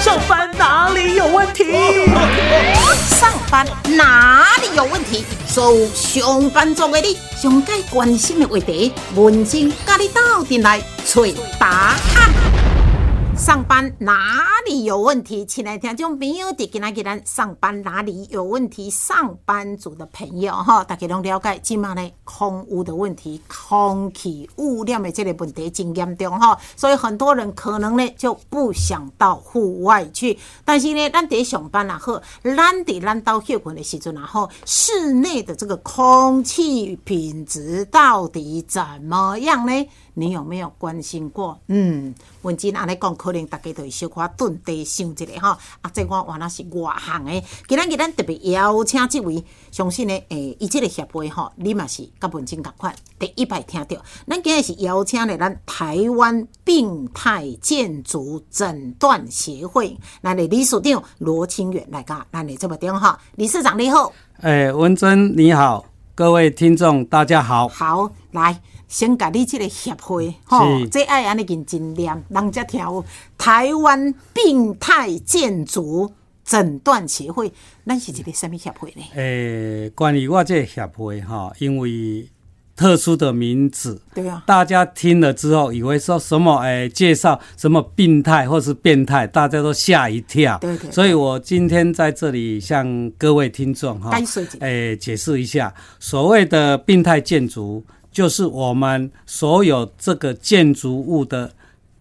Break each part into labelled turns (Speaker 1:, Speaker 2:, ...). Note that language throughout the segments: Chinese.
Speaker 1: 上班哪里有问题？
Speaker 2: 上班哪里有问题？所有上班族的你，上该关心的话题，文静甲你斗阵来找答案。上班哪里有问题？亲爱的听众朋友，伫今仔日咱上班哪里有问题？上班族的朋友吼，大家拢了解，即满呢空污的问题，空气污染的这个问题真严重吼，所以很多人可能呢就不想到户外去。但是呢，咱伫上班也啊好，咱伫咱兜休困的时阵也啊好，室内的这个空气品质到底怎么样呢？你有没有关心过？嗯，文真安尼讲，可能大家都会小可顿地想一下吼。啊，这我原来是外行的，今日咱特别邀请这位，相信呢，诶、伊这个协会吼，你嘛是甲文真共款，第一摆听到。咱今日是邀请咧咱台湾病态建筑诊断协会，咱的理事长罗清远来甲咱的这么点吼，理事长你好。
Speaker 3: 哎，文珍你好，各位听众大家好。
Speaker 2: 好，来先甲你即个协会，吼
Speaker 3: 是，
Speaker 2: 这爱安尼认真念，人才听有。台湾病态建筑诊断协会，咱是一个什么协会呢？
Speaker 3: 哎，关于我这个协会哈，因为特殊的名字，
Speaker 2: 对啊，
Speaker 3: 大家听了之后以为说什么哎介绍什么病态或是变态，大家都吓一跳。
Speaker 2: 对对对
Speaker 3: 所以我今天在这里向各位听众哈
Speaker 2: 该，说一下
Speaker 3: 哎解释一下，所谓的病态建筑，就是我们所有这个建筑物的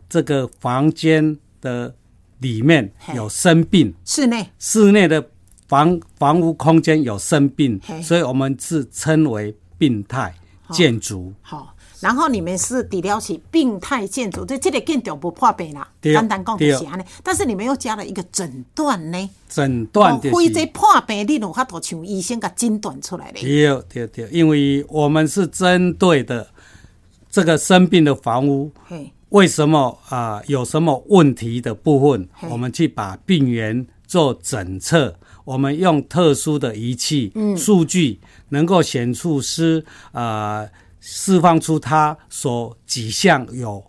Speaker 3: 这个房间的里面
Speaker 2: 嘿
Speaker 3: 有生病。
Speaker 2: 室内
Speaker 3: 室内的房房屋空间有生病
Speaker 2: 嘿，
Speaker 3: 所以我们是称为病态建筑。
Speaker 2: 好。然后你们是底料是病态建筑，对，这个建筑不破病啦，
Speaker 3: 对
Speaker 2: 简单讲就是
Speaker 3: 对
Speaker 2: 安尼。但是你们又加了一个诊断呢，
Speaker 3: 诊断的
Speaker 2: 哦非这
Speaker 3: 是，
Speaker 2: 破病，你有法度像医生甲诊断出来咧。
Speaker 3: 对对对，因为我们是针对的这个生病的房屋，
Speaker 2: 嘿，
Speaker 3: 为什么啊、有什么问题的部分
Speaker 2: 嘿，
Speaker 3: 我们去把病源做诊测，我们用特殊的仪器、
Speaker 2: 嗯
Speaker 3: 数据，能够显出是啊、释放出它所几项有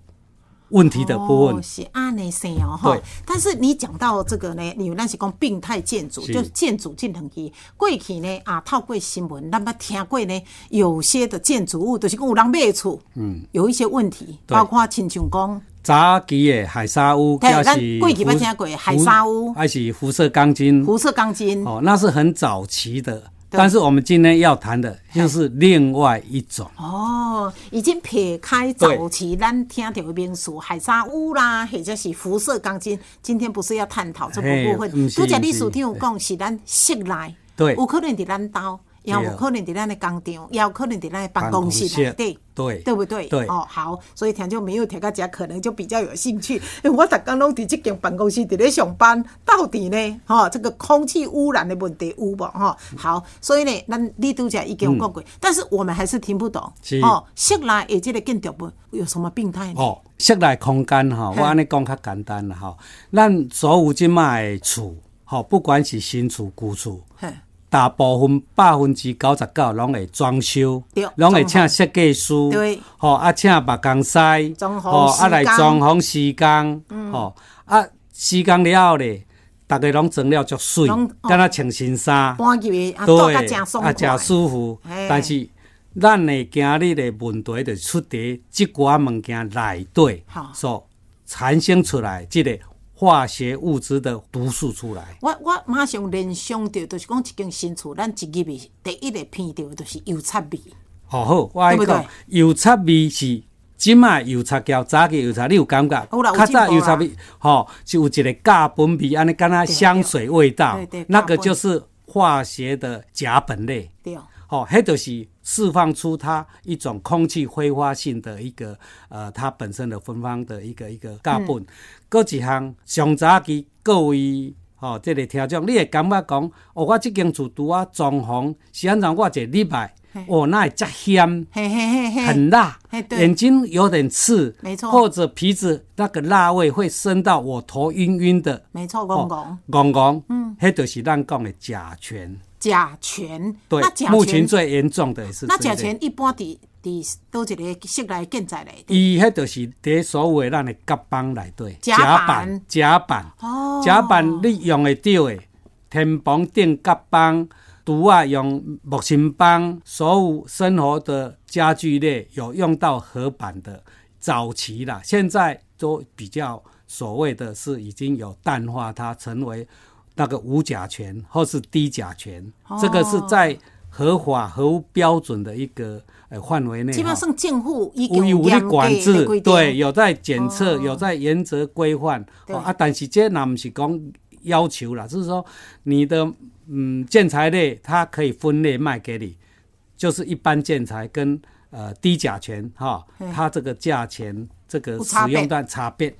Speaker 3: 问题的部分。
Speaker 2: 哦、是安尼生哦吼
Speaker 3: 对。
Speaker 2: 但是你讲到这个呢，你咱是讲病态建筑，
Speaker 3: 是
Speaker 2: 就建筑进行去过去呢啊，透过新闻，咱捌听过呢，有些的建筑物就是讲有人买厝，嗯，有一些问题，
Speaker 3: 对
Speaker 2: 包括亲像讲
Speaker 3: 早期的海沙屋，
Speaker 2: 嘿
Speaker 3: 还
Speaker 2: 咱
Speaker 3: 是
Speaker 2: 过去捌
Speaker 3: 辐
Speaker 2: 听过海沙屋
Speaker 3: 还是辐射钢筋，
Speaker 2: 辐射钢筋，
Speaker 3: 哦，那是很早期的。
Speaker 2: 嗯对
Speaker 3: 但是我们今天要谈的就是另外一种，
Speaker 2: 哦，已经撇开早期咱听到的名词海沙屋啦，或者是辐射钢筋，今天不是要探讨这个部
Speaker 3: 嘿不
Speaker 2: 分。
Speaker 3: 是
Speaker 2: 拄则你
Speaker 3: 不是
Speaker 2: 所听有讲是咱室内，
Speaker 3: 对
Speaker 2: 有可能伫咱兜，也有
Speaker 3: 对
Speaker 2: 可能伫咱的工厂，也有可能伫咱的办公室内底。
Speaker 3: 对
Speaker 2: 对不对？
Speaker 3: 对
Speaker 2: 哦，好，所以听众朋友听到这可能就比较有兴趣。因为我逐天拢伫这间办公室伫咧上班，到底呢？哈、这个空气污染的问题有无？哈、好，所以呢，咱你拄则已经有讲过，但是我们还是听不懂。
Speaker 3: 嗯是
Speaker 2: 哦，室内的这个建筑物有什么病态呢？
Speaker 3: 哦，室内空间哈，
Speaker 2: 嘿
Speaker 3: 我安尼讲较简单啦哈。咱所有即卖的厝，吼，不管是新厝、旧厝，
Speaker 2: 嘿，
Speaker 3: 大部分百分之九十九拢会装修
Speaker 2: 对，
Speaker 3: 拢会
Speaker 2: 装
Speaker 3: 请设计师
Speaker 2: 对，
Speaker 3: 吼啊请木工师，
Speaker 2: 装潢嗯施
Speaker 3: 啊来
Speaker 2: 工
Speaker 3: 装潢施工，吼啊施工了后咧，逐个拢装了足水
Speaker 2: 拢哦，
Speaker 3: 敢若穿新衫，
Speaker 2: 搬入去啊，住
Speaker 3: 对，
Speaker 2: 甲真爽
Speaker 3: 啊
Speaker 2: 快。
Speaker 3: 真舒服
Speaker 2: 嘿。
Speaker 3: 但是咱的今日的问题就出伫即寡物件内底
Speaker 2: 好
Speaker 3: 所产生出来即个化学物质的毒素出来。
Speaker 2: 我我马上联想到，就是讲一间新厝，咱一入去第一个闻到的就是油漆味。
Speaker 3: 哦好，我爱
Speaker 2: 对不
Speaker 3: 讲
Speaker 2: 对
Speaker 3: 油漆味是即卖油漆交早期油漆，你有感觉
Speaker 2: 有啦？有
Speaker 3: 较早
Speaker 2: 进步
Speaker 3: 油
Speaker 2: 啦
Speaker 3: 漆味吼、是有一个甲苯味，安尼敢若
Speaker 2: 对
Speaker 3: 香水味道，
Speaker 2: 对对
Speaker 3: 那
Speaker 2: 甲
Speaker 3: 个
Speaker 2: 苯
Speaker 3: 就是化学的甲苯类。
Speaker 2: 对哦，
Speaker 3: 哦，迄就是释放出它一种空气挥发性的一个呃，它本身的芬芳的一个一个
Speaker 2: 嗯
Speaker 3: 甲苯。搁、一项上早期各位哦，即、个听众，你会感觉讲，哦，我即间厝拄啊装潢是安怎，我一礼拜
Speaker 2: 嘿，
Speaker 3: 哦，那会遮香。
Speaker 2: 嘿嘿嘿嘿，
Speaker 3: 很辣
Speaker 2: 嘿，对
Speaker 3: 眼睛有点刺，
Speaker 2: 没错
Speaker 3: 或者鼻子那个辣味会升到我头晕晕的，哦
Speaker 2: 没错，公公。
Speaker 3: 戆戆，嗯，迄就是咱讲的甲醛，
Speaker 2: 甲醛，
Speaker 3: 对
Speaker 2: 那甲，醛
Speaker 3: 目前最严重的也是
Speaker 2: 那
Speaker 3: 这一
Speaker 2: 甲
Speaker 3: 类
Speaker 2: 醛一般伫伫倒一个室内建材内底，
Speaker 3: 伊迄就是伫所谓咱的甲板内底，
Speaker 2: 甲板
Speaker 3: 甲板，
Speaker 2: 哦
Speaker 3: 甲板你用会到的，天棚顶甲板。独啊，用木琴帮，所有生活的家具类有用到合板的，早期啦，现在都比较所谓的是已经有淡化它，成为那个无甲醛或是低甲醛，这个是在合法合乎标准的一个呃范围内。
Speaker 2: 基本
Speaker 3: 哈
Speaker 2: 上政府已
Speaker 3: 有
Speaker 2: 经
Speaker 3: 有咧管
Speaker 2: 严格的规
Speaker 3: 制，
Speaker 2: 定哦
Speaker 3: 对，有在检测，有在严责规范。
Speaker 2: 对
Speaker 3: 哦啊，但是这那不是讲要求啦，就是说你的嗯建材类，它可以分类卖给你，就是一般建材跟呃低甲醛哈，它这个价钱这个
Speaker 2: 有
Speaker 3: 使
Speaker 2: 差别
Speaker 3: 用段差别，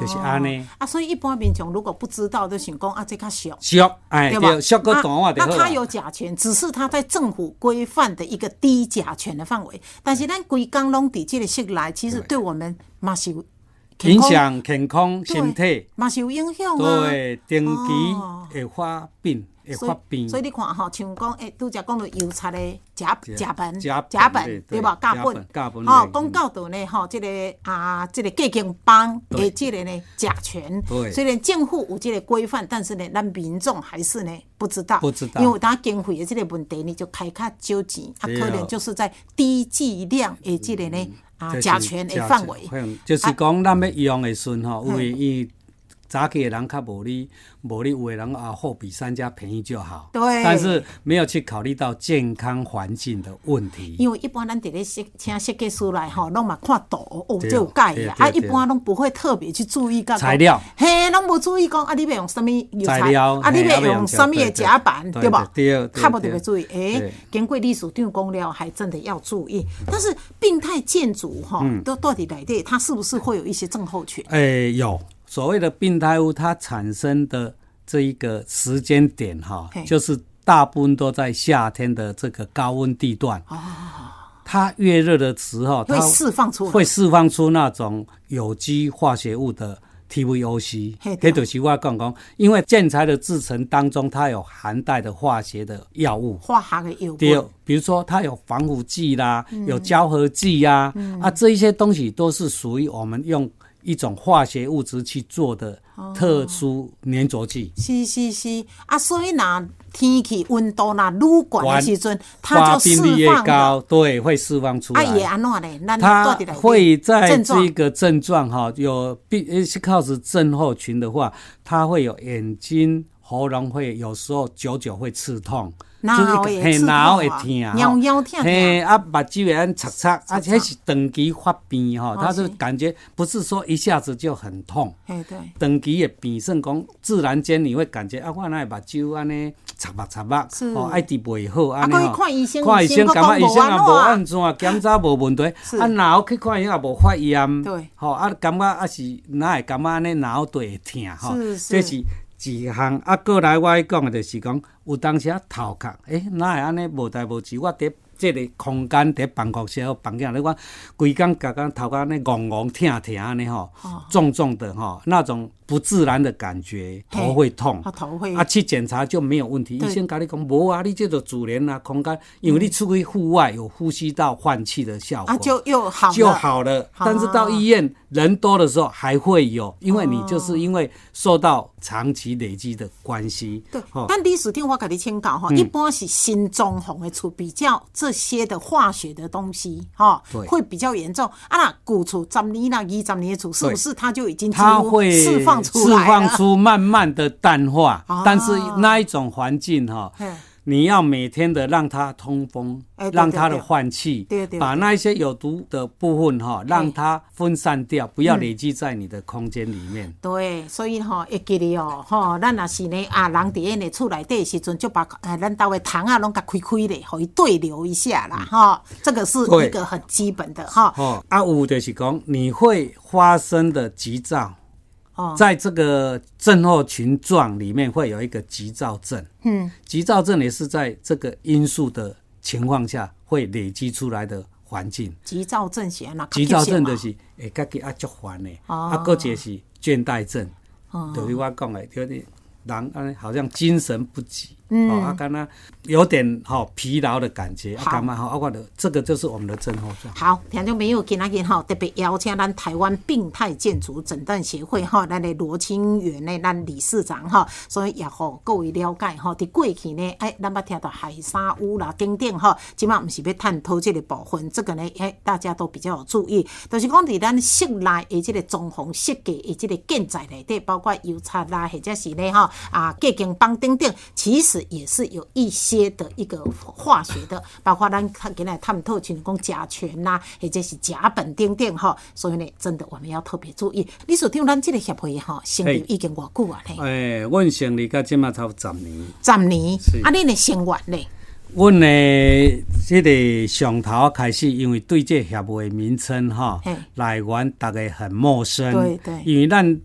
Speaker 3: 就是安尼。
Speaker 2: 啊，所以一般民众如果不知道，就想讲啊，这较俗。
Speaker 3: 俗哎，
Speaker 2: 对吧？
Speaker 3: 对，俗个
Speaker 2: 那
Speaker 3: 短话就
Speaker 2: 那
Speaker 3: 好
Speaker 2: 他
Speaker 3: 了。
Speaker 2: 有甲醛，只是他在政府规范的一个低甲醛的范围。但是咱规工拢伫这个室内，其实对我们嘛是有健
Speaker 3: 影
Speaker 2: 康
Speaker 3: 响健康、身体
Speaker 2: 对，嘛是有影响啊。
Speaker 3: 对，定期
Speaker 2: 哦
Speaker 3: 会发病，会
Speaker 2: 所
Speaker 3: 发
Speaker 2: 以
Speaker 3: 病。
Speaker 2: 所以你看吼，像讲诶，拄则讲到油漆的甲甲板、
Speaker 3: 甲
Speaker 2: 甲
Speaker 3: 板对
Speaker 2: 板，对吧？
Speaker 3: 对
Speaker 2: 甲
Speaker 3: 甲
Speaker 2: 板
Speaker 3: 板甲板
Speaker 2: 吼，
Speaker 3: 类
Speaker 2: 讲
Speaker 3: 嗯
Speaker 2: 到到呢吼，即个啊，即个计经帮的即个呢甲醛
Speaker 3: 对，
Speaker 2: 虽然政府有即个规范，但是呢，咱民众还是呢不知道，
Speaker 3: 不知道
Speaker 2: 因为有当经费的即个问题呢，就开较少钱，啊，
Speaker 3: 对
Speaker 2: 可能就是在低剂量的即个呢啊
Speaker 3: 这是
Speaker 2: 甲醛的范围啊
Speaker 3: 甲。嗯醛就是讲咱要用的时吼，有的伊早期的人较无你无你有的人啊货比三家便宜就好，
Speaker 2: 对
Speaker 3: 但是没有去考虑到健康环境的问题。
Speaker 2: 因为一般咱伫咧设请设计师来吼，拢嘛看图哦，
Speaker 3: 对
Speaker 2: 这有介意啊。
Speaker 3: 对
Speaker 2: 啊，
Speaker 3: 对
Speaker 2: 一般拢不会特别去注意讲
Speaker 3: 材料，
Speaker 2: 嘿，拢无注意讲啊，你要用什么油
Speaker 3: 材料
Speaker 2: 啊，你
Speaker 3: 嘿
Speaker 2: 要
Speaker 3: 要
Speaker 2: 用
Speaker 3: 用
Speaker 2: 什么
Speaker 3: 对
Speaker 2: 的
Speaker 3: 对
Speaker 2: 甲板，
Speaker 3: 对
Speaker 2: 对吧？
Speaker 3: 对对对
Speaker 2: 较无特别注意。诶
Speaker 3: 对，
Speaker 2: 经过历史长讲了，还真的要注意。但是病态建筑哈，
Speaker 3: 嗯
Speaker 2: 都到底来的，它是不是会有一些症候群？
Speaker 3: 诶、有所谓的病态物，它产生的这一个时间点哈
Speaker 2: 嘿，
Speaker 3: 就是大部分都在夏天的这个高温地段。它越热的时候，它
Speaker 2: 哦会释放出来
Speaker 3: 会释放出那种有机化学物的 TVOC
Speaker 2: 嘿。对
Speaker 3: 黑土奇怪讲讲，因为建材的制成当中，它有含带的化学的药物。
Speaker 2: 化学的油
Speaker 3: 第
Speaker 2: 分
Speaker 3: 二，比如说它有防腐剂啦，
Speaker 2: 嗯
Speaker 3: 有胶合剂呀、啊，这一些东西都是属于我们用一种化学物质去做的
Speaker 2: 哦
Speaker 3: 特殊粘着剂。
Speaker 2: 是是是，啊，所以呐，天气温度呐，愈高的时阵，它
Speaker 3: 发
Speaker 2: 就释
Speaker 3: 病率越
Speaker 2: 放了。
Speaker 3: 高，对，会释放出来。
Speaker 2: 啊，也安怎嘞？咱
Speaker 3: 它
Speaker 2: 到底来
Speaker 3: 会在
Speaker 2: 症状
Speaker 3: 这个症状哈，有呃 B H c o s 症候群的话，它会有眼睛、喉咙会有时候久久会刺痛，
Speaker 2: 脑
Speaker 3: 就是
Speaker 2: 会
Speaker 3: 嘿
Speaker 2: 刺痛
Speaker 3: 脑会
Speaker 2: 啊
Speaker 3: 疼啊，
Speaker 2: 腰
Speaker 3: 吼
Speaker 2: 腰痛痛
Speaker 3: 嘿啊，目睭会安擦擦，
Speaker 2: 擦哦
Speaker 3: 而且是长期发病哈，它
Speaker 2: 是
Speaker 3: 是感觉不是说一下子就很痛。
Speaker 2: 哎对，
Speaker 3: 长期的病，算讲自然间你会感觉啊，我那目睭安尼擦目擦目
Speaker 2: 是，啊
Speaker 3: 哦，爱滴袂好安尼
Speaker 2: 还
Speaker 3: 哦
Speaker 2: 去看医生
Speaker 3: 看医
Speaker 2: 医生还
Speaker 3: 生，感觉
Speaker 2: 讲啊
Speaker 3: 医生也
Speaker 2: 没
Speaker 3: 无
Speaker 2: 安
Speaker 3: 安怎，检查无问题，
Speaker 2: 是
Speaker 3: 啊，脑去看医生也无发炎，
Speaker 2: 对
Speaker 3: 吼，啊，感觉啊是哪会感觉安尼脑底会疼吼
Speaker 2: 是，是
Speaker 3: 这是一项。啊，过来我要讲的就是讲，有当时啊头壳，诶，哪会安尼无代无志，我伫。即个空间伫办公室或房间内，我规工甲讲头壳安尼戆戆疼疼安尼吼，
Speaker 2: 哦
Speaker 3: 重重的吼，那种不自然的感觉，
Speaker 2: 嘿
Speaker 3: 头会痛
Speaker 2: 啊，头会
Speaker 3: 啊，去检查就没有问题。
Speaker 2: 对嗯
Speaker 3: 医生跟你讲，无啊，你这个自然啊，空间，因为你出去户外有呼吸道换气的效果，
Speaker 2: 啊就又好了
Speaker 3: 就好了。
Speaker 2: 好哦
Speaker 3: 但是到医院人多的时候还会有，因为你就是因为受到长期累积的关系，
Speaker 2: 对
Speaker 3: 哦，嗯
Speaker 2: 但李史定我跟你请教哈，一般是新装潢的厝比较这些的化学的东西哈
Speaker 3: 对，
Speaker 2: 会比较严重。啊那古厝十年啦、二十年的厝，是不
Speaker 3: 对
Speaker 2: 是它就已经几
Speaker 3: 它
Speaker 2: 乎
Speaker 3: 会
Speaker 2: 释放出
Speaker 3: 释
Speaker 2: 来
Speaker 3: 放
Speaker 2: 了？
Speaker 3: 出慢慢的淡化，
Speaker 2: 啊
Speaker 3: 但是那一种环境哈、
Speaker 2: 嘿
Speaker 3: 你要每天的让它通风，
Speaker 2: 哎对
Speaker 3: 让它
Speaker 2: 对
Speaker 3: 的
Speaker 2: 对
Speaker 3: 换气，
Speaker 2: 对对对哎
Speaker 3: 把那一些有毒的部分哈、让它分散掉，不
Speaker 2: 嗯
Speaker 3: 要累积在你的空间里面。
Speaker 2: 对，所以吼、会记得哦，吼、咱若是呢啊，人伫咱的厝内底的时阵，就把呃咱兜的窗啊拢甲开开咧，互伊对流一下啦，吼、这个是一
Speaker 3: 对
Speaker 2: 个很基本的哈。
Speaker 3: 哦，啊，有就是讲你会发生的急躁，
Speaker 2: 哦
Speaker 3: 在这个症候群状里面会有一个急躁症。嗯，急躁症也是在这个因素的情况下会累积出来的环境。
Speaker 2: 急躁症是安那？
Speaker 3: 急躁症啊就是会家己啊足烦的，啊，搁一个是哦啊倦怠症，就是我讲的，就是人安尼好像精神不济，哦，啊，刚刚有点好、哦、疲劳的感觉，啊，干嘛好？啊，我的这个就是我们的症候状。
Speaker 2: 好，听众朋友，今仔日吼特别邀请咱台湾病态建筑诊断协会吼，咱的罗清源的咱理事长吼，所以也互各位了解吼。伫过去呢，哎，咱捌听到海沙屋啦、等等吼，即马毋是要探讨这个部分，这个呢，哎，大家都比较有注意，就是讲伫咱室内的这个装潢设计的这个建材内底，包括油漆啦，或者是呢吼啊，隔间房等等，其实也是有一些的一个化学的，包括咱看今来探讨，像讲甲醛啦、或者是甲苯等等吼，所以呢，真的我们要特别注意。你所听咱这个协会吼，成立
Speaker 3: 嘿
Speaker 2: 已经偌久啊咧？
Speaker 3: 诶、阮成立到即嘛差不多十年。
Speaker 2: 十年
Speaker 3: 是，
Speaker 2: 啊，恁的成员咧？
Speaker 3: 阮诶，即个上头啊开始，因为对这协会的名称哈
Speaker 2: 嘿
Speaker 3: 来源，大家很陌生。
Speaker 2: 对对
Speaker 3: 因为咱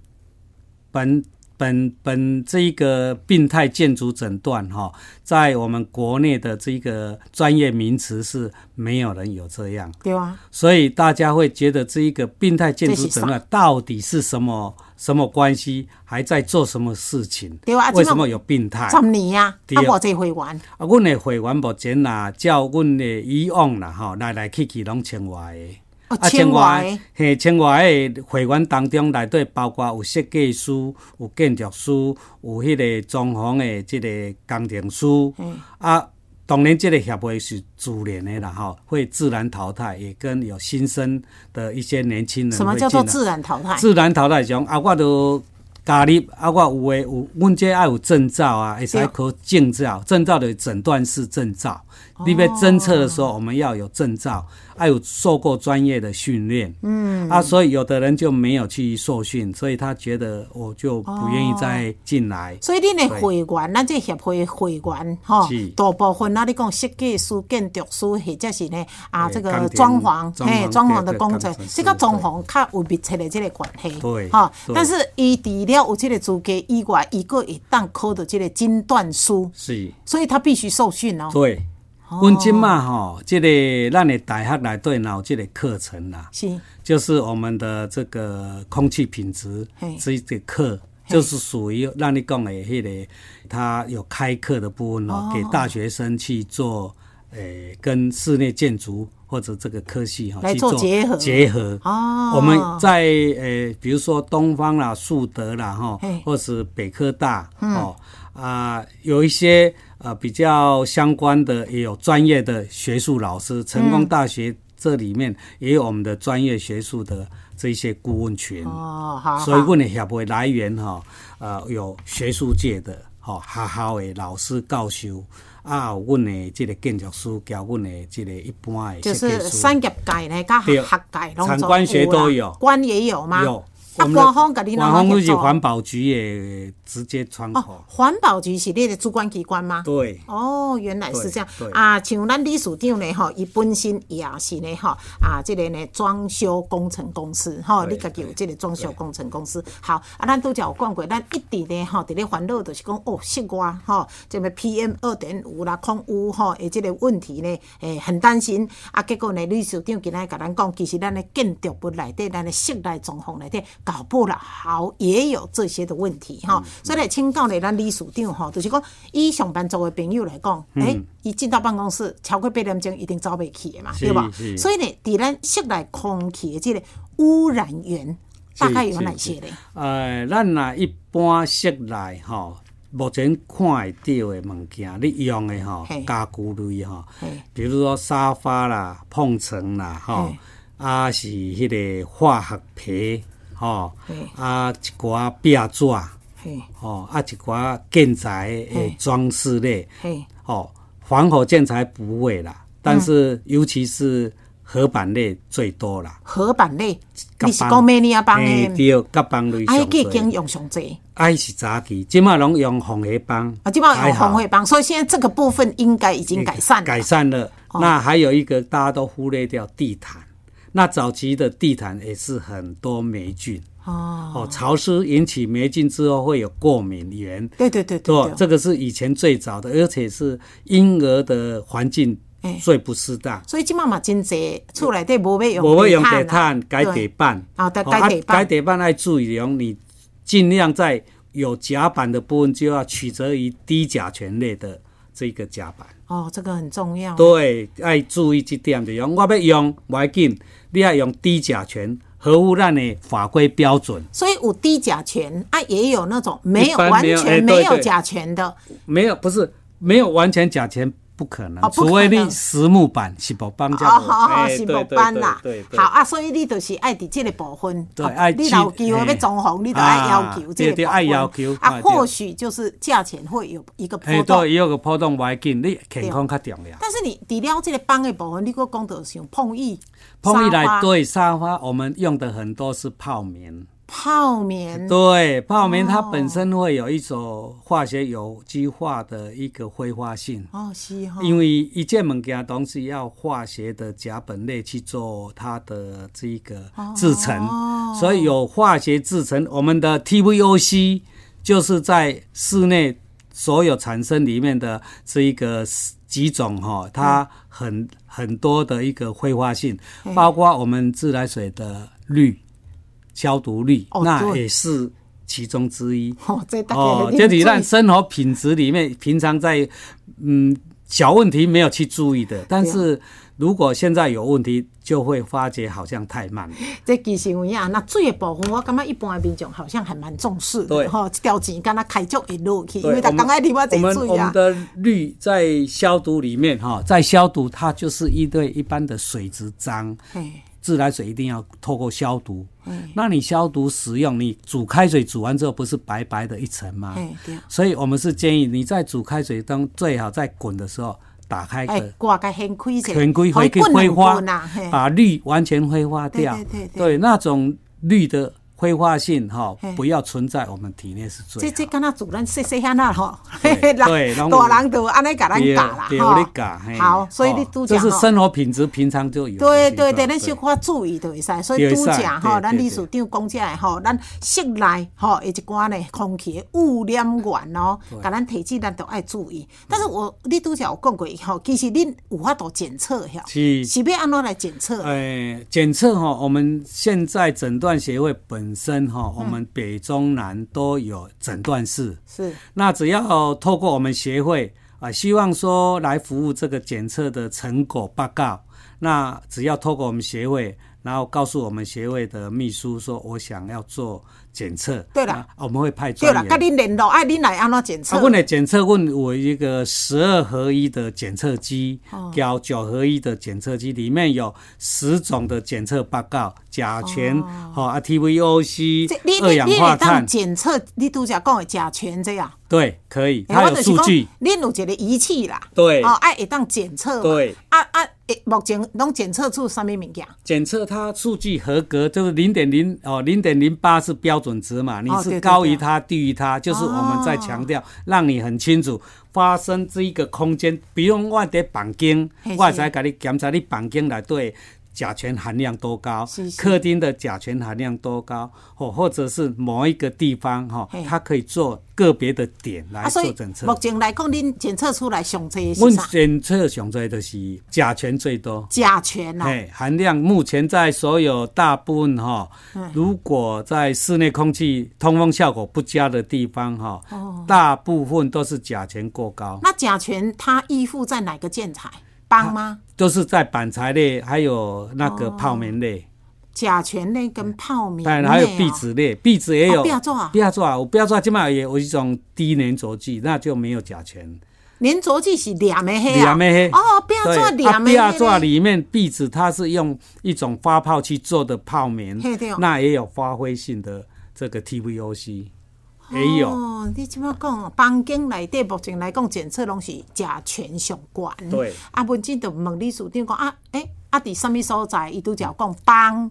Speaker 3: 本本本这一个病态建筑诊断哈，在我们国内的这个专业名词是没有人有这样，
Speaker 2: 对啊，
Speaker 3: 所以大家会觉得这一个病态建筑诊
Speaker 2: 这是
Speaker 3: 断到底是什么什么关系，还在做什么事情？
Speaker 2: 对啊啊
Speaker 3: 为
Speaker 2: 这
Speaker 3: 什
Speaker 2: 么
Speaker 3: 么有病态？
Speaker 2: 十年啊，啊，
Speaker 3: 哎对
Speaker 2: 偌济会员，
Speaker 3: 啊，阮的会员目前啦，照阮的以往啦，吼，来来去去拢千外个。
Speaker 2: 哦千外个
Speaker 3: 啊千外嘿，千外个会员当中，内底包括有设计师、有建筑师、有迄个装潢的即个工程师。
Speaker 2: 哎嗯
Speaker 3: 啊，当然，即个协会是自然的啦，吼，会自然淘汰，也跟有新生的一些年轻人
Speaker 2: 什么
Speaker 3: 会
Speaker 2: 叫做
Speaker 3: 进来
Speaker 2: 自然淘汰？
Speaker 3: 自然淘汰奖啊，我都加入啊，我有诶有，阮这爱有证照啊，会使
Speaker 2: 对
Speaker 3: 考证照，证照的诊断室证照。
Speaker 2: 哦
Speaker 3: 你被侦测的时候，我们要有证照，要有受过专业的训练。嗯，啊，所以有的人就没有去受训，所以他觉得我就不愿意再进来。
Speaker 2: 所以恁的会员，咱这协会的会员吼
Speaker 3: 是，
Speaker 2: 大部分啊，你讲设计师、建筑师，或者是呢啊，
Speaker 3: 对
Speaker 2: 这
Speaker 3: 钢
Speaker 2: 个
Speaker 3: 铁
Speaker 2: 装潢，
Speaker 3: 装潢
Speaker 2: 嘿，装潢的工程
Speaker 3: 对对钢，铁
Speaker 2: 这个
Speaker 3: 师
Speaker 2: 装潢较有密切的这个关系，
Speaker 3: 对
Speaker 2: 哈
Speaker 3: 对。
Speaker 2: 但是伊除了有这个资格以外，伊个会当考到这个诊断书，
Speaker 3: 是，
Speaker 2: 所以他必须受训哦。
Speaker 3: 对。阮即马吼，即、个咱的大学内底有即个课程啊啦。
Speaker 2: 是，
Speaker 3: 就是我们的这个空气品质
Speaker 2: 嘿
Speaker 3: 这一节课，就是属于让你讲的迄、个，它有开课的部分哦，给大学生去做，诶、跟室内建筑或者这个科系哈、
Speaker 2: 来
Speaker 3: 去
Speaker 2: 做结合
Speaker 3: 结合
Speaker 2: 哦
Speaker 3: 我们在诶、比如说东方啦、树德啦哈
Speaker 2: 嘿，嗯
Speaker 3: 或是北科大、哦啊、有一些呃比较相关的，也有专业的学术老师，成功大学。这里面也有我们的专业学术的这一些顾问群，
Speaker 2: 哦，好，
Speaker 3: 所以
Speaker 2: 好
Speaker 3: 阮的协会来源吼，呃，有学术界的吼，学校的老师教授，啊，有阮的即个建筑师，交阮的即个一般的
Speaker 2: 就
Speaker 3: 设计
Speaker 2: 是
Speaker 3: 师。
Speaker 2: 产业界呢，甲学
Speaker 3: 对
Speaker 2: 学界拢
Speaker 3: 产
Speaker 2: 总
Speaker 3: 官学都有
Speaker 2: 啦官也有吗？
Speaker 3: 有，
Speaker 2: 啊，官方甲你
Speaker 3: 官
Speaker 2: 哪
Speaker 3: 方
Speaker 2: 去
Speaker 3: 就是
Speaker 2: 做？
Speaker 3: 环保局的直接窗口
Speaker 2: 哦，。环保局是你的主管机关吗？
Speaker 3: 嗯对，
Speaker 2: 哦，原来是这样
Speaker 3: 对对
Speaker 2: 啊！像咱理事长呢，吼，伊本身也是呢，吼啊，这个呢装修工程公司，吼，
Speaker 3: 对
Speaker 2: 你家己有这个装修
Speaker 3: 对
Speaker 2: 工程公司。好啊，咱拄则有讲过，咱一直呢，吼，伫咧烦恼，就是讲哦，室外吼，这个 PM 二点五啦、空污吼，诶，这个问题呢，诶，很担心啊。结果呢，理事长今仔甲咱讲，其实咱的建筑物内底，咱的室内装潢内底，搞不好也有这些的问题
Speaker 3: 嗯
Speaker 2: 吼。所以来请教呢，咱理事长吼，就是讲以上班族的朋友来讲，诶、伊进到办公室超过八点钟，一定走袂去的嘛，
Speaker 3: 嗯是
Speaker 2: 对吧？
Speaker 3: 是
Speaker 2: 所以呢，伫咱室内空气的这个污染源大概有哪些呢？
Speaker 3: 呃，咱若一般室内吼，目前看会到的物件，你用的吼
Speaker 2: 嘿，
Speaker 3: 家具类吼
Speaker 2: 嘿，
Speaker 3: 比如说沙发啦、碰床啦，吼
Speaker 2: 嘿，
Speaker 3: 啊是迄个化学皮，吼
Speaker 2: 嘿，
Speaker 3: 啊一寡壁纸，
Speaker 2: 嘿，
Speaker 3: 吼，啊一寡建材的
Speaker 2: 嘿
Speaker 3: 装饰类，
Speaker 2: 嘿，
Speaker 3: 哦，防火建材不会啦，但是尤其是合板类最多啦。
Speaker 2: 合板类，嗯
Speaker 3: 甲
Speaker 2: 你是
Speaker 3: 板
Speaker 2: 讲咩呢啊？帮
Speaker 3: 嘿
Speaker 2: 的，
Speaker 3: 对，甲帮类
Speaker 2: 啊，
Speaker 3: 上
Speaker 2: 迄个
Speaker 3: 多
Speaker 2: 经。用上济。
Speaker 3: 爱是早期，即马拢用红黑帮，
Speaker 2: 啊，基本上
Speaker 3: 还
Speaker 2: 有
Speaker 3: 好
Speaker 2: 红会帮，所以现在这个部分应该已经改善了。哦
Speaker 3: 改善了。那还有一个大家都忽略掉地毯，那早期的地毯也是很多霉菌
Speaker 2: 哦，
Speaker 3: 哦，潮湿引起霉菌之后会有过敏源，
Speaker 2: 对对对
Speaker 3: 对
Speaker 2: 对，对。
Speaker 3: 这个是以前最早的，而且是婴儿的环境
Speaker 2: 哎
Speaker 3: 最不适当。
Speaker 2: 所以即满嘛真济厝内底无要用
Speaker 3: 我会用
Speaker 2: 煤
Speaker 3: 地
Speaker 2: 炭啊
Speaker 3: 毯改地板，
Speaker 2: 啊对
Speaker 3: 哦
Speaker 2: 改地板
Speaker 3: 改地板要注意用，你尽量在有甲板的部分就要取择于低甲醛类的这个甲板。
Speaker 2: 哦，这个很重要。
Speaker 3: 对，爱注意这点就讲，我要用无要紧，你要用低甲醛，合乎咱的法规标准。
Speaker 2: 所以有低甲醛啊，也有那种没有
Speaker 3: 一般
Speaker 2: 完
Speaker 3: 没有哎
Speaker 2: 全
Speaker 3: 对
Speaker 2: 没有
Speaker 3: 对
Speaker 2: 甲醛的。
Speaker 3: 没有，不是没有完全甲醛不可能，
Speaker 2: 哦不可
Speaker 3: 除非
Speaker 2: 能
Speaker 3: 你实木板是木板
Speaker 2: 哦，
Speaker 3: 才有
Speaker 2: 好好
Speaker 3: 哎
Speaker 2: 是
Speaker 3: 对
Speaker 2: 木
Speaker 3: 对
Speaker 2: 板
Speaker 3: 对
Speaker 2: 啦
Speaker 3: 对。对
Speaker 2: 好啊，所以你就是爱伫这个部分。
Speaker 3: 对
Speaker 2: 哦
Speaker 3: 爱
Speaker 2: 你
Speaker 3: 去
Speaker 2: 老旧
Speaker 3: 嘿
Speaker 2: 要装潢，你就爱要求这个
Speaker 3: 啊对
Speaker 2: 部
Speaker 3: 对
Speaker 2: 分。
Speaker 3: 爱要求
Speaker 2: 啊，
Speaker 3: 啊对
Speaker 2: 或许就是价钱会有一个
Speaker 3: 嘿，
Speaker 2: 波动
Speaker 3: 哎对，。伊有个波动要紧，你健康较重要。
Speaker 2: 但是你除了这个板的部分，你搁讲到像碰椅、
Speaker 3: 碰一
Speaker 2: 沙
Speaker 3: 来
Speaker 2: 发
Speaker 3: 对沙发，我们用的很多是泡棉。
Speaker 2: 泡棉，
Speaker 3: 对，泡棉它本身会有一种化学有机化的一个挥发性，
Speaker 2: 哦，是哈，
Speaker 3: 因为一件物件东西要化学的甲苯类去做它的这个制成，
Speaker 2: 哦
Speaker 3: 所以有化学制成，我们的 TVOC 就是在室内所有产生里面的这一个几种哈、它很很多的一个挥发性，包括我们自来水的氯消毒氯，
Speaker 2: 哦
Speaker 3: 那
Speaker 2: 对
Speaker 3: 也是其中之一。
Speaker 2: 哦，这大
Speaker 3: 哦
Speaker 2: 家，
Speaker 3: 这是咱生活品质里面平常在嗯小问题没有去注意的，
Speaker 2: 啊
Speaker 3: 但是如果现在有问题，就会发觉好像太慢了。
Speaker 2: 这其实有影，啊那水的部分，我感觉一般的民众好像还蛮重视
Speaker 3: 对
Speaker 2: 的吼。这条钱敢若开足会落去，因为
Speaker 3: 对
Speaker 2: 大家爱啉我
Speaker 3: 我
Speaker 2: 这
Speaker 3: 们我
Speaker 2: 水
Speaker 3: 们
Speaker 2: 啊。
Speaker 3: 的氯在消毒里面哈，在消毒它就是一对一般的水质脏，
Speaker 2: 嘿
Speaker 3: 自来水一定要透过消毒。
Speaker 2: 嗯
Speaker 3: 那你消毒使用，你煮开水煮完之后不是白白的一层吗？
Speaker 2: 嘿对
Speaker 3: 所以我们是建议你在煮开水当最好在滚的时候打开
Speaker 2: 哎
Speaker 3: 个，
Speaker 2: 挂个掀开者，
Speaker 3: 全规
Speaker 2: 给
Speaker 3: 会去挥啊发
Speaker 2: 呐，啊嘿，
Speaker 3: 把氯完全挥发掉。
Speaker 2: 对对对对
Speaker 3: 那种氯的挥发性哈
Speaker 2: 嘿，
Speaker 3: 不要存在我们体内是啊最
Speaker 2: 这
Speaker 3: 好。
Speaker 2: 这敢若自咱细细遐那吼，
Speaker 3: 对
Speaker 2: 人
Speaker 3: 对拢有
Speaker 2: 大人就安尼甲咱教啦
Speaker 3: 对啊
Speaker 2: 吼
Speaker 3: 对你教嘿
Speaker 2: 好，所以你
Speaker 3: 哦
Speaker 2: 拄
Speaker 3: 这
Speaker 2: 讲
Speaker 3: 是生活品质，平常就有的
Speaker 2: 对
Speaker 3: 习
Speaker 2: 对
Speaker 3: 惯。
Speaker 2: 对，咱小可注意就会使。所以
Speaker 3: 就
Speaker 2: 拄
Speaker 3: 会使
Speaker 2: 则吼，
Speaker 3: 对
Speaker 2: 咱
Speaker 3: 对
Speaker 2: 理事长讲起来吼，咱室内吼的一寡呢空气的污染源哦，甲咱体质咱都爱注意。但是我你拄则有讲过吼，其实恁有法度检测吼，
Speaker 3: 是
Speaker 2: 是要安怎来检测？
Speaker 3: 呃，检测哈，我们现在诊断协会本身哈，
Speaker 2: 嗯
Speaker 3: 我们北中南都有诊断室。
Speaker 2: 是
Speaker 3: 那只要透过我们协会啊、希望说来服务这个检测的成果报告，那只要透过我们协会，然后告诉我们协会的秘书说，我想要做检测，
Speaker 2: 对啦
Speaker 3: 啊我们会派
Speaker 2: 对
Speaker 3: 专
Speaker 2: 啦，甲
Speaker 3: 人。
Speaker 2: 恁联络，爱恁来安怎检
Speaker 3: 啊，
Speaker 2: 测
Speaker 3: 阮？的检测，阮有一个十二合一的检测机，
Speaker 2: 哦
Speaker 3: 交九合一的检测机，里面有十种的检测报告，甲醛、好、啊 TVOC
Speaker 2: 哦这你
Speaker 3: 二
Speaker 2: 你
Speaker 3: 氧
Speaker 2: 你
Speaker 3: 化
Speaker 2: 会
Speaker 3: 碳
Speaker 2: 当，检测你拄则讲的甲醛这样？
Speaker 3: 对，可以，
Speaker 2: 欸
Speaker 3: 它
Speaker 2: 我就
Speaker 3: 有
Speaker 2: 是
Speaker 3: 数
Speaker 2: 讲
Speaker 3: 据。
Speaker 2: 恁有一个仪器啦，
Speaker 3: 对
Speaker 2: 哦，爱会当检测嘛，
Speaker 3: 对
Speaker 2: 啊啊，会目前拢检测出啥物物件？
Speaker 3: 检测它数据合格，就是零点零哦，零点零八是标准值嘛，你
Speaker 2: 哦对对哦
Speaker 3: 是高于它、低于它，就是我们在强调，让你很清楚发生这一个空间，比如我伫房间
Speaker 2: 嘿，
Speaker 3: 我会
Speaker 2: 是
Speaker 3: 使甲你检查你房间内底甲醛含量多高
Speaker 2: 是，是
Speaker 3: 客厅的甲醛含量多高，或或者是某一个地方哈
Speaker 2: 嘿，
Speaker 3: 它可以做个别的点来
Speaker 2: 啊，所
Speaker 3: 做
Speaker 2: 以
Speaker 3: 检测
Speaker 2: 目。前来讲，恁检测出来上济
Speaker 3: 阮
Speaker 2: 是啥？
Speaker 3: 检测上最就是甲醛最多。
Speaker 2: 甲醛啊啦，
Speaker 3: 哎，含量目前在所有大部分哈，
Speaker 2: 嗯
Speaker 3: 如果在室内空气通风效果不佳的地方哈，
Speaker 2: 哦
Speaker 3: 大部分都是甲醛过高，
Speaker 2: 那甲醛它依附在哪个建材？帮吗？
Speaker 3: 都是在板材类，还有那个
Speaker 2: 哦
Speaker 3: 泡棉类，
Speaker 2: 甲醛类跟泡棉类、
Speaker 3: 嗯当
Speaker 2: 哦，
Speaker 3: 然还有壁纸类，壁纸也有
Speaker 2: 哦壁纸啊
Speaker 3: 壁纸啊，我壁纸今嘛也有一种低粘着剂，那就没有甲醛。
Speaker 2: 粘着剂是黏的黑啊，
Speaker 3: 两面黑
Speaker 2: 哦，壁纸黏的
Speaker 3: 对啊壁
Speaker 2: 那
Speaker 3: 纸
Speaker 2: 个
Speaker 3: 里面壁纸它是用一种发泡去做的泡棉
Speaker 2: 嘿对哦，
Speaker 3: 那也有发挥性的这个 TVOC，也有。
Speaker 2: 哦，你即摆讲房间内底目前来讲检测拢是甲醛上悬。
Speaker 3: 对。
Speaker 2: 啊，文静就问李署长讲啊，诶、啊，伫什物所在？伊拄则有讲帮，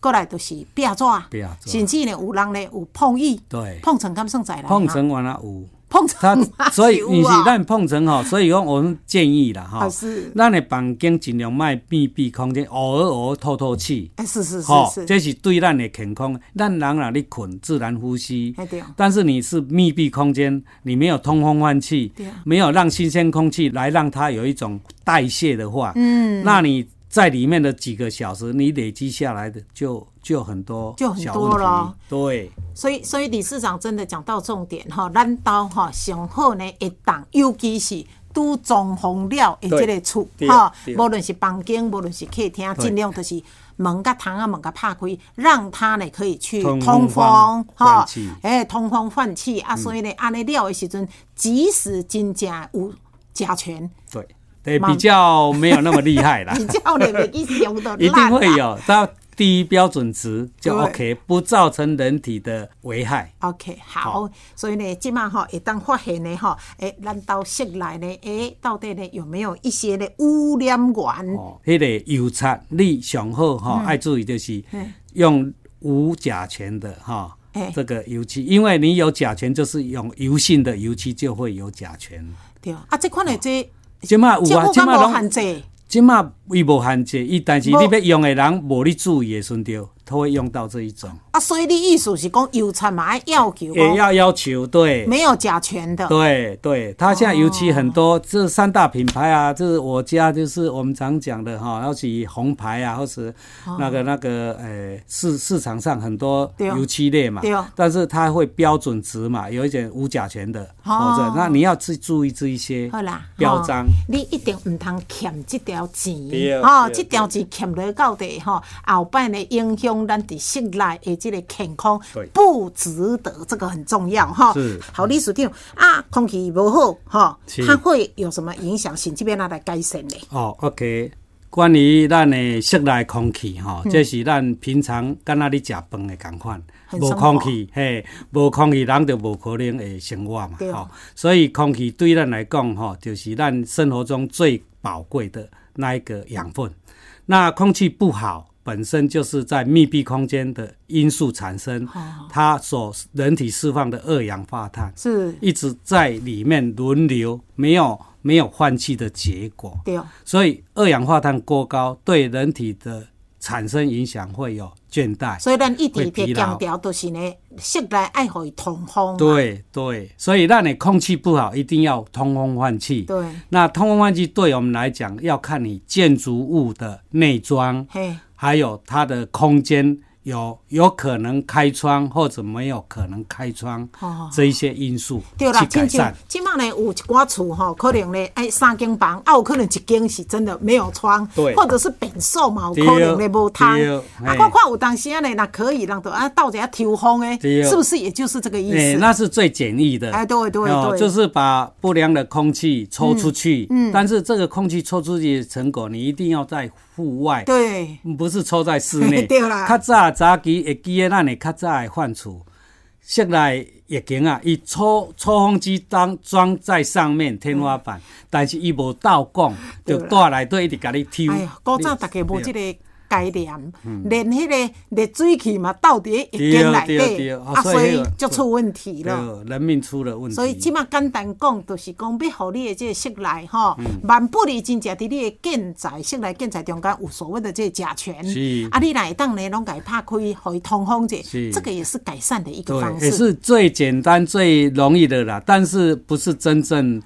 Speaker 2: 过来就是壁纸，啊
Speaker 3: 壁纸
Speaker 2: 甚至呢有人呢有碰椅，
Speaker 3: 对
Speaker 2: 碰床敢算在来，
Speaker 3: 碰成完了五，
Speaker 2: 啊碰
Speaker 3: 它
Speaker 2: 床 嘛
Speaker 3: 所以
Speaker 2: 有
Speaker 3: 你是
Speaker 2: 啊
Speaker 3: 咱碰成吼，所以讲我们建议啦哈
Speaker 2: 啊是，
Speaker 3: 咱的房间尽量卖密闭空间，偶尔偶尔透透气。
Speaker 2: 哎是是是
Speaker 3: 吼，
Speaker 2: 是，
Speaker 3: 这是对咱的健康。咱人啊，你困自然呼吸
Speaker 2: 哎对哦，
Speaker 3: 但是你是密闭空间，你没有通风换气
Speaker 2: 对啊，
Speaker 3: 没有让新鲜空气来让它有一种代谢的话，嗯，那你。在里面的几个小时，你累积下来的就就很多，
Speaker 2: 就很多了。
Speaker 3: 对，
Speaker 2: 所以，所以理事长真的讲到重点哈，咱兜哈上好呢会当，尤其是拄装潢了的这个厝
Speaker 3: 对
Speaker 2: 哈，
Speaker 3: 对
Speaker 2: 无论是房间，无论是客厅，
Speaker 3: 对
Speaker 2: 尽量就是门甲窗啊门甲拍开，让它呢可以去
Speaker 3: 通
Speaker 2: 通
Speaker 3: 风
Speaker 2: 风
Speaker 3: 换
Speaker 2: 哈
Speaker 3: 气，嗯
Speaker 2: 哎，通风换气啊，所以呢，安尼了的时阵，即使真正有甲 醛，
Speaker 3: 对，对，
Speaker 2: 蛮
Speaker 3: 比较没有那么厉害啦，
Speaker 2: 比较呢袂去伤到
Speaker 3: 一定会。有到低标准值就
Speaker 2: 对
Speaker 3: OK，不造成人体的危害。
Speaker 2: OK，好
Speaker 3: 好，
Speaker 2: 所以呢，即马吼会当发现呢吼，诶、咱到室内呢，诶、到底呢有没有一些呢污染源？
Speaker 3: 哦，迄、个油漆你上好哈，爱、注意就是
Speaker 2: 嗯
Speaker 3: 用无甲醛的哈、
Speaker 2: 哎
Speaker 3: 这个油漆，因为你有甲醛，就是用油性的油漆就会有甲醛。
Speaker 2: 对啊，即款的这
Speaker 3: 即马哦有啊，即
Speaker 2: 政府
Speaker 3: 马
Speaker 2: 敢无
Speaker 3: 拢
Speaker 2: 限制？
Speaker 3: 即马伊无限制，伊但是你
Speaker 2: 无
Speaker 3: 要用的人无你注意的时阵，他会用到这一种，
Speaker 2: 啊，所以你意思是讲油漆嘛要要求
Speaker 3: 也
Speaker 2: 讲
Speaker 3: 要要求对。
Speaker 2: 没有甲醛的，
Speaker 3: 对对，它现在油漆很多，这三大品牌啊，这是我家就是我们常讲的哈，要是红牌啊，或是那个那个呃市市场上很多
Speaker 2: 哦对哦
Speaker 3: 油漆类嘛
Speaker 2: 对哦，
Speaker 3: 但是它会标准值嘛，有一点无甲醛的，或者
Speaker 2: 哦
Speaker 3: 那你要去注意这一些
Speaker 2: 好啦，
Speaker 3: 标章
Speaker 2: 吼。你一定毋通欠即条钱
Speaker 3: 对，对
Speaker 2: 即条钱欠落到底吼，后摆呢影响咱伫室内的即个健康
Speaker 3: 对，
Speaker 2: 不值得，这个很重要吼
Speaker 3: 是。
Speaker 2: 好，李署长啊，空气无好吼，
Speaker 3: 是
Speaker 2: 它会有什么影响？请这边拿来改善呢？
Speaker 3: 哦，OK。关于咱的室内空气吼，
Speaker 2: 嗯
Speaker 3: 这是咱平常敢若咧食饭的共款，
Speaker 2: 很
Speaker 3: 无
Speaker 2: 生
Speaker 3: 空
Speaker 2: 活
Speaker 3: 气，嘿，无空气人就无可能会生活嘛
Speaker 2: 对，啊
Speaker 3: 吼。所以空气对咱来讲吼，就是咱生活中最宝贵的那一个养分。那空气不好，本身就是在密闭空间的因素产生，
Speaker 2: 哦
Speaker 3: 它所人体释放的二氧化碳，
Speaker 2: 是，
Speaker 3: 一直在里面轮流，没有没有换气的结果。
Speaker 2: 对哦，
Speaker 3: 所以二氧化碳过高对人体的产生影响会有倦怠。
Speaker 2: 所以咱一
Speaker 3: 会
Speaker 2: 直
Speaker 3: 疲
Speaker 2: 的
Speaker 3: 劳
Speaker 2: 强调都是呢，室内爱互伊通风。，啊
Speaker 3: 对对，所以让你空气不好，一定要通风换气。
Speaker 2: 对
Speaker 3: 那通风换气对我们来讲，要看你建筑物的内装，
Speaker 2: 嘿，
Speaker 3: 还有它的空间有有可能开窗或者没有可能开窗、
Speaker 2: 哦
Speaker 3: 这一些因素
Speaker 2: 对啦，
Speaker 3: 去改
Speaker 2: 亲像
Speaker 3: 善。
Speaker 2: 即满呢有一寡厝吼，可能呢哎三间房，啊有可能一间是真的没有窗，
Speaker 3: 对
Speaker 2: 或者是变数嘛，有
Speaker 3: 对
Speaker 2: 可能呢无窗。
Speaker 3: 对
Speaker 2: 啊，
Speaker 3: 嘿
Speaker 2: 我看有当时啊呢，若可以，人就啊倒一下抽风诶，
Speaker 3: 对
Speaker 2: 是不是也就是这个意
Speaker 3: 哎、
Speaker 2: 思？
Speaker 3: 那是最简易的。哦
Speaker 2: 哎对对对
Speaker 3: 就是把不良的空气抽出去。嗯，但是这个空气抽出去的成果，你一定要在户外，
Speaker 2: 对，
Speaker 3: 不是抽在室 内。
Speaker 2: 对啦
Speaker 3: 较早早期会记得咱的较早的患处，室内疫情啊，伊抽抽风机当装在上面天花板，但是伊无倒供，就
Speaker 2: 嗯对啦
Speaker 3: 带来对一直甲你抽。
Speaker 2: 哎呀，古早
Speaker 3: 你
Speaker 2: 大家无即个。概念，连迄个热水器嘛，到底一间内
Speaker 3: 嗯对对对
Speaker 2: 底，
Speaker 3: 啊
Speaker 2: 啊，
Speaker 3: 所
Speaker 2: 所
Speaker 3: 以那
Speaker 2: 以
Speaker 3: 个
Speaker 2: 就出问题
Speaker 3: 对
Speaker 2: 了。
Speaker 3: 人命出了问题。
Speaker 2: 所以即马简单讲，就是讲要互你的即个室内吼，
Speaker 3: 嗯
Speaker 2: 万不利真正伫你的建材、室内建材中间有所谓的即个甲醛，
Speaker 3: 是
Speaker 2: 啊，你来当呢拢给伊拍开，互伊通风者
Speaker 3: 是，
Speaker 2: 这个也是改善的一个
Speaker 3: 对，
Speaker 2: 方
Speaker 3: 也
Speaker 2: 式。
Speaker 3: 是最简单、最容易的啦，但是不是真正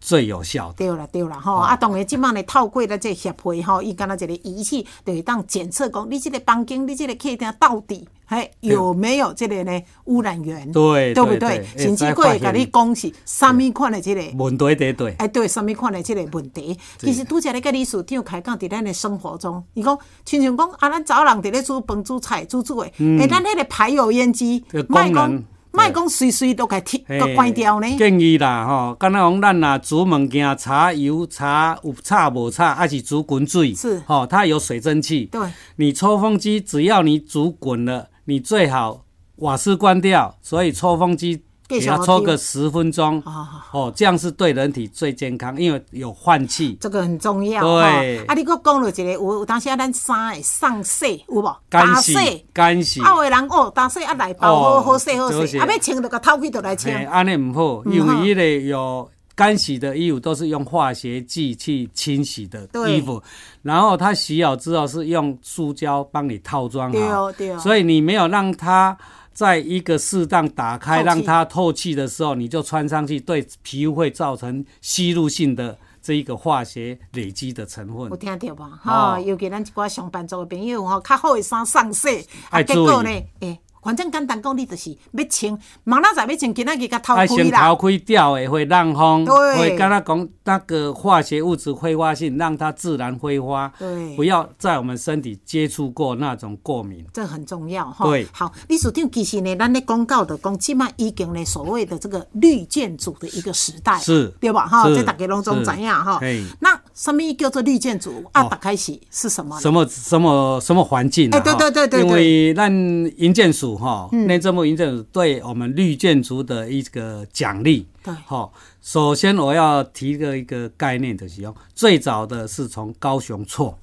Speaker 3: 最有效的？
Speaker 2: 对啦，对啦，吼！
Speaker 3: 哦
Speaker 2: 啊，当然，即摆呢，透过咱这个协会吼，伊敢若一个仪器，就会当检测讲你即个房间、你即个客厅到底嘿有没有即个呢污染源，
Speaker 3: 对
Speaker 2: 对不
Speaker 3: 对
Speaker 2: 对？
Speaker 3: 对
Speaker 2: 甚至
Speaker 3: 会
Speaker 2: 佫会
Speaker 3: 发
Speaker 2: 甲
Speaker 3: 现
Speaker 2: 你讲是啥物款的即个
Speaker 3: 问题对对，
Speaker 2: 哎，对，什么款的这个问题，其实拄则咧甲李署长开讲，伫咱的生活中，伊讲，亲像讲啊，咱早人伫咧煮饭、煮菜、煮煮的，哎、咱迄个排油烟机
Speaker 3: 嗯这个，功
Speaker 2: 卖
Speaker 3: 能
Speaker 2: 讲
Speaker 3: 对
Speaker 2: 卖讲随随都该停、
Speaker 3: 嘿
Speaker 2: 哎都关掉呢。
Speaker 3: 建议啦吼，敢若讲咱若煮物件，炒油、炒有炒无炒，还是煮滚水，
Speaker 2: 是
Speaker 3: 吼，它有水蒸气。
Speaker 2: 对，
Speaker 3: 你抽风机只要你煮滚了，你最好瓦斯关掉，所以抽风机。
Speaker 2: 继
Speaker 3: 给
Speaker 2: 续
Speaker 3: 它
Speaker 2: 好
Speaker 3: 抽
Speaker 2: 听
Speaker 3: 个十分钟
Speaker 2: 好好
Speaker 3: 哦，这样是对人体最健康，因为有换气。
Speaker 2: 这个很重要哈。
Speaker 3: 对
Speaker 2: 啊，你佫讲了一个，有有当时啊，咱衫的上洗有无？
Speaker 3: 干
Speaker 2: 打
Speaker 3: 洗
Speaker 2: 洗，
Speaker 3: 干洗
Speaker 2: 啊，有的人哦，打洗啊，内包
Speaker 3: 哦
Speaker 2: 好好洗好
Speaker 3: 好
Speaker 2: 洗，
Speaker 3: 洗
Speaker 2: 啊，要穿就甲透开就来
Speaker 3: 嘿，
Speaker 2: 穿。
Speaker 3: 安尼唔好，因为
Speaker 2: 好
Speaker 3: 伊个有干洗的衣服都是用化学剂去清洗的
Speaker 2: 对
Speaker 3: 衣服，然后它洗好之后是用塑胶帮你套装
Speaker 2: 对
Speaker 3: 好
Speaker 2: 哦，对哦
Speaker 3: 所以你没有让它。在一个适当打开
Speaker 2: 透气
Speaker 3: 让它透气的时候，你就穿上去，对皮肤会造成吸入性的这一个化学累积的成分
Speaker 2: 有。听到无？哈、
Speaker 3: 嗯哦
Speaker 2: 尤其咱一寡上班族的朋友吼，较好的衫送洗，啊，
Speaker 3: 要
Speaker 2: 结
Speaker 3: 注意
Speaker 2: 果呢，诶、反正简单讲，你就是要穿，明仔载要穿，今仔日甲偷
Speaker 3: 爱
Speaker 2: 开
Speaker 3: 先
Speaker 2: 啦
Speaker 3: 逃。开掉的会让风，
Speaker 2: 对
Speaker 3: 会跟他讲那个化学物质挥发性，让它自然挥发，
Speaker 2: 对
Speaker 3: 不要在我们身体接触过那种过敏。
Speaker 2: 这很重要哈。
Speaker 3: 对
Speaker 2: 好，李署长，其实呢，咱咧公告的讲，即卖已经呢所谓的这个绿建筑的一个时代，
Speaker 3: 是
Speaker 2: 对吧？哈，
Speaker 3: 是
Speaker 2: 这大家拢总知影哈
Speaker 3: 是嘿。
Speaker 2: 那什么叫做绿建筑？啊，
Speaker 3: 哦
Speaker 2: 大概是是什么呢？
Speaker 3: 什么什么什么环境、啊？
Speaker 2: 哎对对对对嗯
Speaker 3: 因为咱营建署哈，内政部营建署对我们绿建筑的一个奖励，
Speaker 2: 对
Speaker 3: 哈。首先我要提个一个概念的使用，最早的是从高雄错。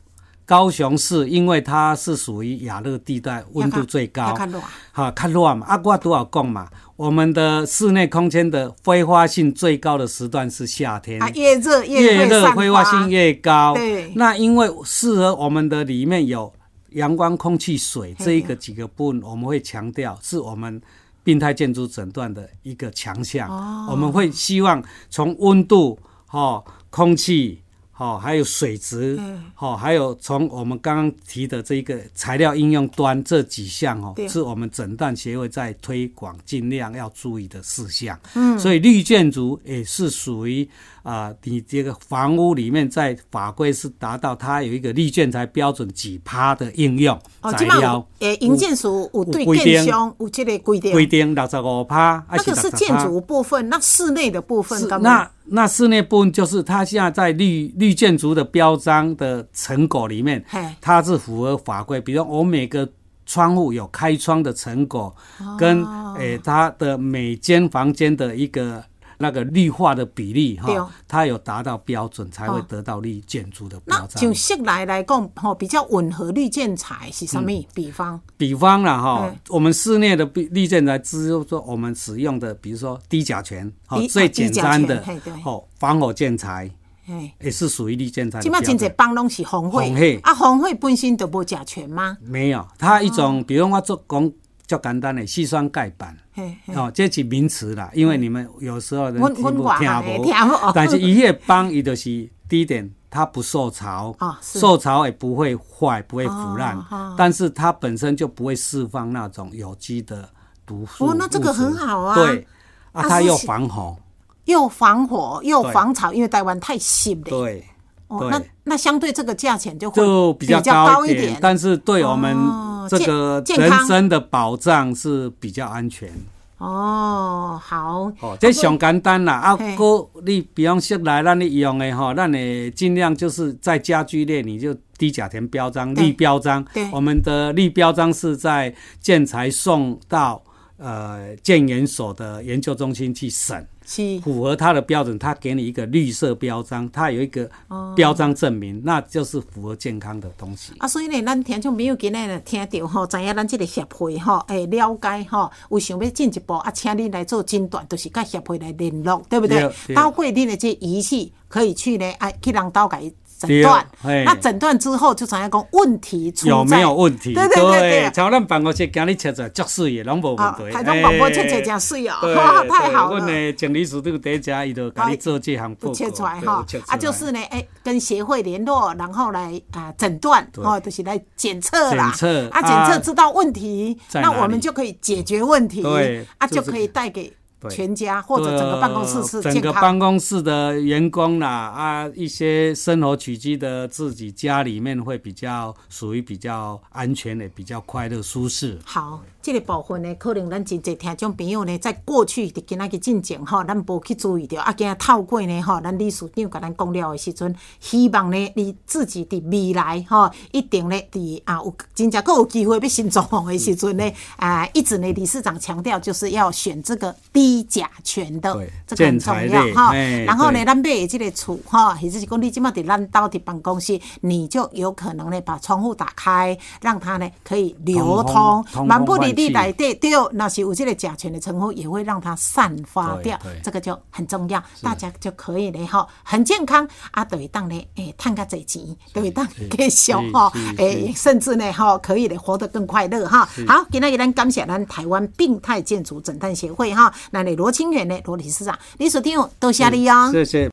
Speaker 3: 高雄市因为它是属于亚热地带，温度最高
Speaker 2: 要，较热啊
Speaker 3: 哈，较热嘛。啊，我多少讲嘛，我们的室内空间的挥发性最高的时段是夏天，
Speaker 2: 啊，越热会
Speaker 3: 越嗯
Speaker 2: 啊
Speaker 3: 热
Speaker 2: 散
Speaker 3: 挥发性越高。
Speaker 2: 对
Speaker 3: 那因为适合我们的里面有阳光、空气、水
Speaker 2: 嘿
Speaker 3: 这一个几个部分，我们会强调是我们病态建筑诊断的一个强项。
Speaker 2: 哦
Speaker 3: 我们会希望从温度、哦、空气。哦，还有水质，
Speaker 2: 嗯
Speaker 3: 哦，还有从我们刚刚提的这一个材料应用端这几项哦
Speaker 2: 对，
Speaker 3: 是我们诊断协会在推广尽量要注意的事项。嗯，所以绿建筑也是属于啊、你这个房屋里面在法规是达到它有一个绿建材标准几趴的应用
Speaker 2: 哦，
Speaker 3: 材
Speaker 2: 即卖
Speaker 3: 料
Speaker 2: 有诶，营建署有对
Speaker 3: 有规定
Speaker 2: 建商有这个规定，
Speaker 3: 规定啊六十五趴，还
Speaker 2: 那个是
Speaker 3: 60%
Speaker 2: 建筑部分，那室内的部分
Speaker 3: 是
Speaker 2: 刚
Speaker 3: 那那室内部分就是它现在在绿绿建筑的标章的成果里面
Speaker 2: 嘿，
Speaker 3: 它是符合法规，比如我每个窗户有开窗的成果，
Speaker 2: 哦
Speaker 3: 跟诶、它的每间房间的一个。那个绿化的比例
Speaker 2: 对哦
Speaker 3: 哈，它有达到标准，才会
Speaker 2: 哦
Speaker 3: 得到绿建筑的标
Speaker 2: 那
Speaker 3: 章。
Speaker 2: 就室内来讲，吼、比较吻合绿建材是啥物？
Speaker 3: 嗯
Speaker 2: 比方
Speaker 3: 比方了哈
Speaker 2: 嗯，
Speaker 3: 我们室内的绿绿建材，只是说我们使用的，比如说低甲醛，好
Speaker 2: 低哦
Speaker 3: 最简单的
Speaker 2: 低甲醛嘿对，
Speaker 3: 好防火建材
Speaker 2: 嘿，
Speaker 3: 也是属于绿建材的
Speaker 2: 即
Speaker 3: 标
Speaker 2: 摆
Speaker 3: 准。
Speaker 2: 真侪帮拢是红
Speaker 3: 红会
Speaker 2: 会，啊，红会本身就无甲醛吗？
Speaker 3: 没有，它一
Speaker 2: 哦
Speaker 3: 种，比如我做讲较简单的细酸钙板，
Speaker 2: 嘿，嘿
Speaker 3: 哦，这是名词啦，因为你们有时候人
Speaker 2: 阮
Speaker 3: 听
Speaker 2: 阮
Speaker 3: 不
Speaker 2: 外
Speaker 3: 听
Speaker 2: 行的
Speaker 3: 无，
Speaker 2: 听 无
Speaker 3: 但是伊迄帮伊就是第一点，它不受潮，
Speaker 2: 哦是
Speaker 3: 受潮也不会坏，不会腐烂，
Speaker 2: 哦哦
Speaker 3: 但是它本身就不会释放那种有机的毒素。
Speaker 2: 哦那这个
Speaker 3: 物质
Speaker 2: 很好啊
Speaker 3: 对，啊，
Speaker 2: 啊
Speaker 3: 它
Speaker 2: 是
Speaker 3: 又
Speaker 2: 是
Speaker 3: 防洪，
Speaker 2: 又防火又
Speaker 3: 对
Speaker 2: 防潮，因为台湾太湿了。
Speaker 3: 对，
Speaker 2: 哦，
Speaker 3: 对
Speaker 2: 那那相对这个价钱就会
Speaker 3: 就比
Speaker 2: 比
Speaker 3: 较
Speaker 2: 高
Speaker 3: 高
Speaker 2: 一
Speaker 3: 一点，但是对我们
Speaker 2: 哦
Speaker 3: 这个
Speaker 2: 健健
Speaker 3: 人
Speaker 2: 康
Speaker 3: 生的保障是比较安全。
Speaker 2: 哦，好，
Speaker 3: 哦，这上简单啦，啊，
Speaker 2: 嘿
Speaker 3: 哥，你比方说来，咱你用的吼，咱诶尽量就是在家居类，你就低甲醛标章、
Speaker 2: 对
Speaker 3: 绿标章。
Speaker 2: 对
Speaker 3: 我们的绿标章是在建材送到呃建研所的研究中心去审，
Speaker 2: 是
Speaker 3: 符合它的标准，它给你一个绿色标章，它有一个
Speaker 2: 哦
Speaker 3: 标章证明，那就是符合健康的东西。
Speaker 2: 啊，所以呢，咱听众朋友今日呢听到吼，知影咱这个协会吼，诶、了解吼，有想要进一步啊，请你来做诊断，就是甲协会来联络，对不对
Speaker 3: 对？对
Speaker 2: 包括恁的这仪器，可以去呢，啊，去人兜甲伊诊断。
Speaker 3: 对嘿
Speaker 2: 那诊断之后，就知影讲问题出在
Speaker 3: 有没有问题？
Speaker 2: 对对对对。
Speaker 3: 像咱办公室今日切出来足水的，拢无问
Speaker 2: 啊
Speaker 3: 题。
Speaker 2: 台中广播
Speaker 3: 哎
Speaker 2: 切切真水哦
Speaker 3: 对
Speaker 2: 太好了
Speaker 3: 对阮的经理处长在家，伊就甲你做这项报
Speaker 2: 有
Speaker 3: 告，
Speaker 2: 切出来
Speaker 3: 对
Speaker 2: 哈
Speaker 3: 有切出，
Speaker 2: 啊，就是呢，哎、跟协会联络，然后来啊诊断，
Speaker 3: 对
Speaker 2: 哦，就是来检测啦，
Speaker 3: 检测
Speaker 2: 啊，
Speaker 3: 啊
Speaker 2: 检测知道问题，
Speaker 3: 在
Speaker 2: 那
Speaker 3: 哪
Speaker 2: 我们
Speaker 3: 里
Speaker 2: 就可以解决问题，
Speaker 3: 对
Speaker 2: 啊，
Speaker 3: 就是
Speaker 2: 就可以带给
Speaker 3: 对
Speaker 2: 全家或者整个办公室是
Speaker 3: 整
Speaker 2: 健
Speaker 3: 个
Speaker 2: 康。
Speaker 3: 办公室的员工啦，啊，一些生活起居的自己家里面会比较属于比较安全的，比较快乐舒适。
Speaker 2: 好，这个部分呢，可能咱真侪听众朋友呢，在过去的今仔日进前吼，咱无去注意到，啊，今仔透过呢吼，咱理事长甲咱讲了的时阵，希望呢，你自己伫未来吼，一定呢，伫啊有真正够有机会要新装潢的时阵呢，
Speaker 3: 嗯
Speaker 2: 啊，一直呢理事长强调就是要选这个低甲醛的
Speaker 3: 对，
Speaker 2: 这个很
Speaker 3: 建材
Speaker 2: 重要
Speaker 3: 类
Speaker 2: 哈。
Speaker 3: 哎
Speaker 2: 然后呢
Speaker 3: 对，
Speaker 2: 咱买的这个厝哈，或者是讲你即马伫咱兜伫办公室，你就有可能呢把窗户打开，让它呢可以流通
Speaker 3: 通，风
Speaker 2: 蛮不离地
Speaker 3: 通风
Speaker 2: 来
Speaker 3: 换
Speaker 2: 对对，那是有这个甲醛的成分，也会让它散发掉
Speaker 3: 对对，
Speaker 2: 这个就很重要，大家就可以呢哈，很健康啊，对当呢诶，赚较侪钱，对当继续
Speaker 3: 是
Speaker 2: 哈
Speaker 3: 是，是
Speaker 2: 诶，甚至呢哈，可以呢活得更快乐哈。好，今天咱感谢咱台湾病态建筑诊断协会哈，那你罗清源呢，罗理事长，李所长，多谢你哦。
Speaker 3: 谢谢。